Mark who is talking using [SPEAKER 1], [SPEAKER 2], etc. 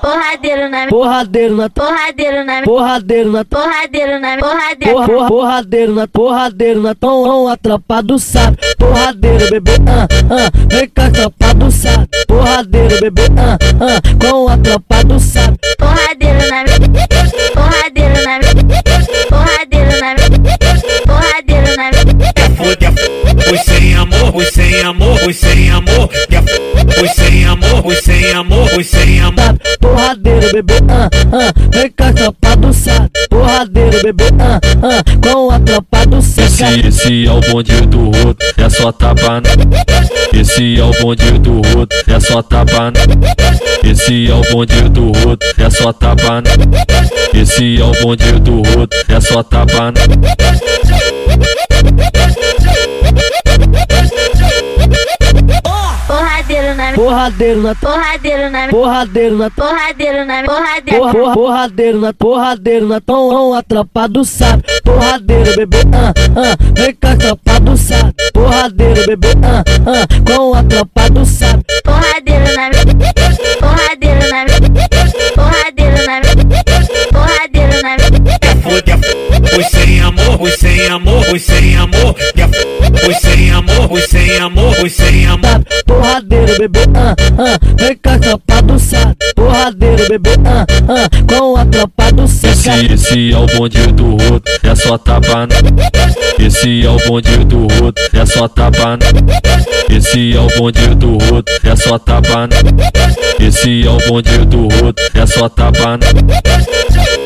[SPEAKER 1] Porradeiro na minha.
[SPEAKER 2] Porradeiro na tua.
[SPEAKER 1] Porradeiro na minha.
[SPEAKER 2] Porradeiro na tua.
[SPEAKER 1] Porradeiro na minha. Porradeiro.
[SPEAKER 2] Porra, porra, porradeiro na porradeiro na tão tão a tropa do sabe. Porradeiro, bebê, ah, ah, vem com a tropa do sabe. Porradeiro, bebê, ah, ah, com a tropa do sabe.
[SPEAKER 1] Porradeiro na minha. Porradeiro na minha. Porradeiro na minha. Porradeiro na minha.
[SPEAKER 3] quer foder, quer foder. Pois sem amor, pois sem amor, pois sem amor, quer foder. Pois sem amor, pois sem amor, pois sem amor.
[SPEAKER 2] sabe. Porradeiro, bebê, ah, ah, vem com a tropa do sabe. Porradeiro, bebê, ah, ah, com a tropa do sabe.
[SPEAKER 4] Esse, esse é o bonde do roto, é só tapa na. Esse é o bonde do roto, é só tapa na. Esse é o bonde do roto, é só tapa na. Esse é o bonde do roto, é só tapa na.
[SPEAKER 1] Porradeiro na minha.
[SPEAKER 2] Porradeiro na tua.
[SPEAKER 1] Porradeiro na minha.
[SPEAKER 2] Porradeiro na tua.
[SPEAKER 1] Porradeiro na minha. Porradeiro.
[SPEAKER 2] Porra, porra, porradeiro na porradeiro na tão tão a tropa do sabe. Porradeiro, bebê, ah, ah, vem com a tropa do sabe. Porradeiro, bebê, ah, ah, com a tropa do sabe.
[SPEAKER 1] Porradeiro na minha. Porradeiro na minha. Porradeiro na minha. Porradeiro na minha.
[SPEAKER 3] quer foder, quer foder. Pois sem amor, pois sem amor, pois sem amor, quer foder. Pois sem amor, pois sem amor, pois sem amor.
[SPEAKER 2] sabe. Porradeiro, bebê, ah, ah, vem com a tropa do sabe. Porradeiro, bebê, ah, ah, com a tropa do
[SPEAKER 4] Esse,
[SPEAKER 2] sabe.
[SPEAKER 4] esse é o bonde do roto, é só tapa na. Esse é o bonde do roto, é só tapa na. Esse é o bonde do roto, é só tapa na. Esse é o bonde do roto, é só tapa na.
[SPEAKER 5] Thank you.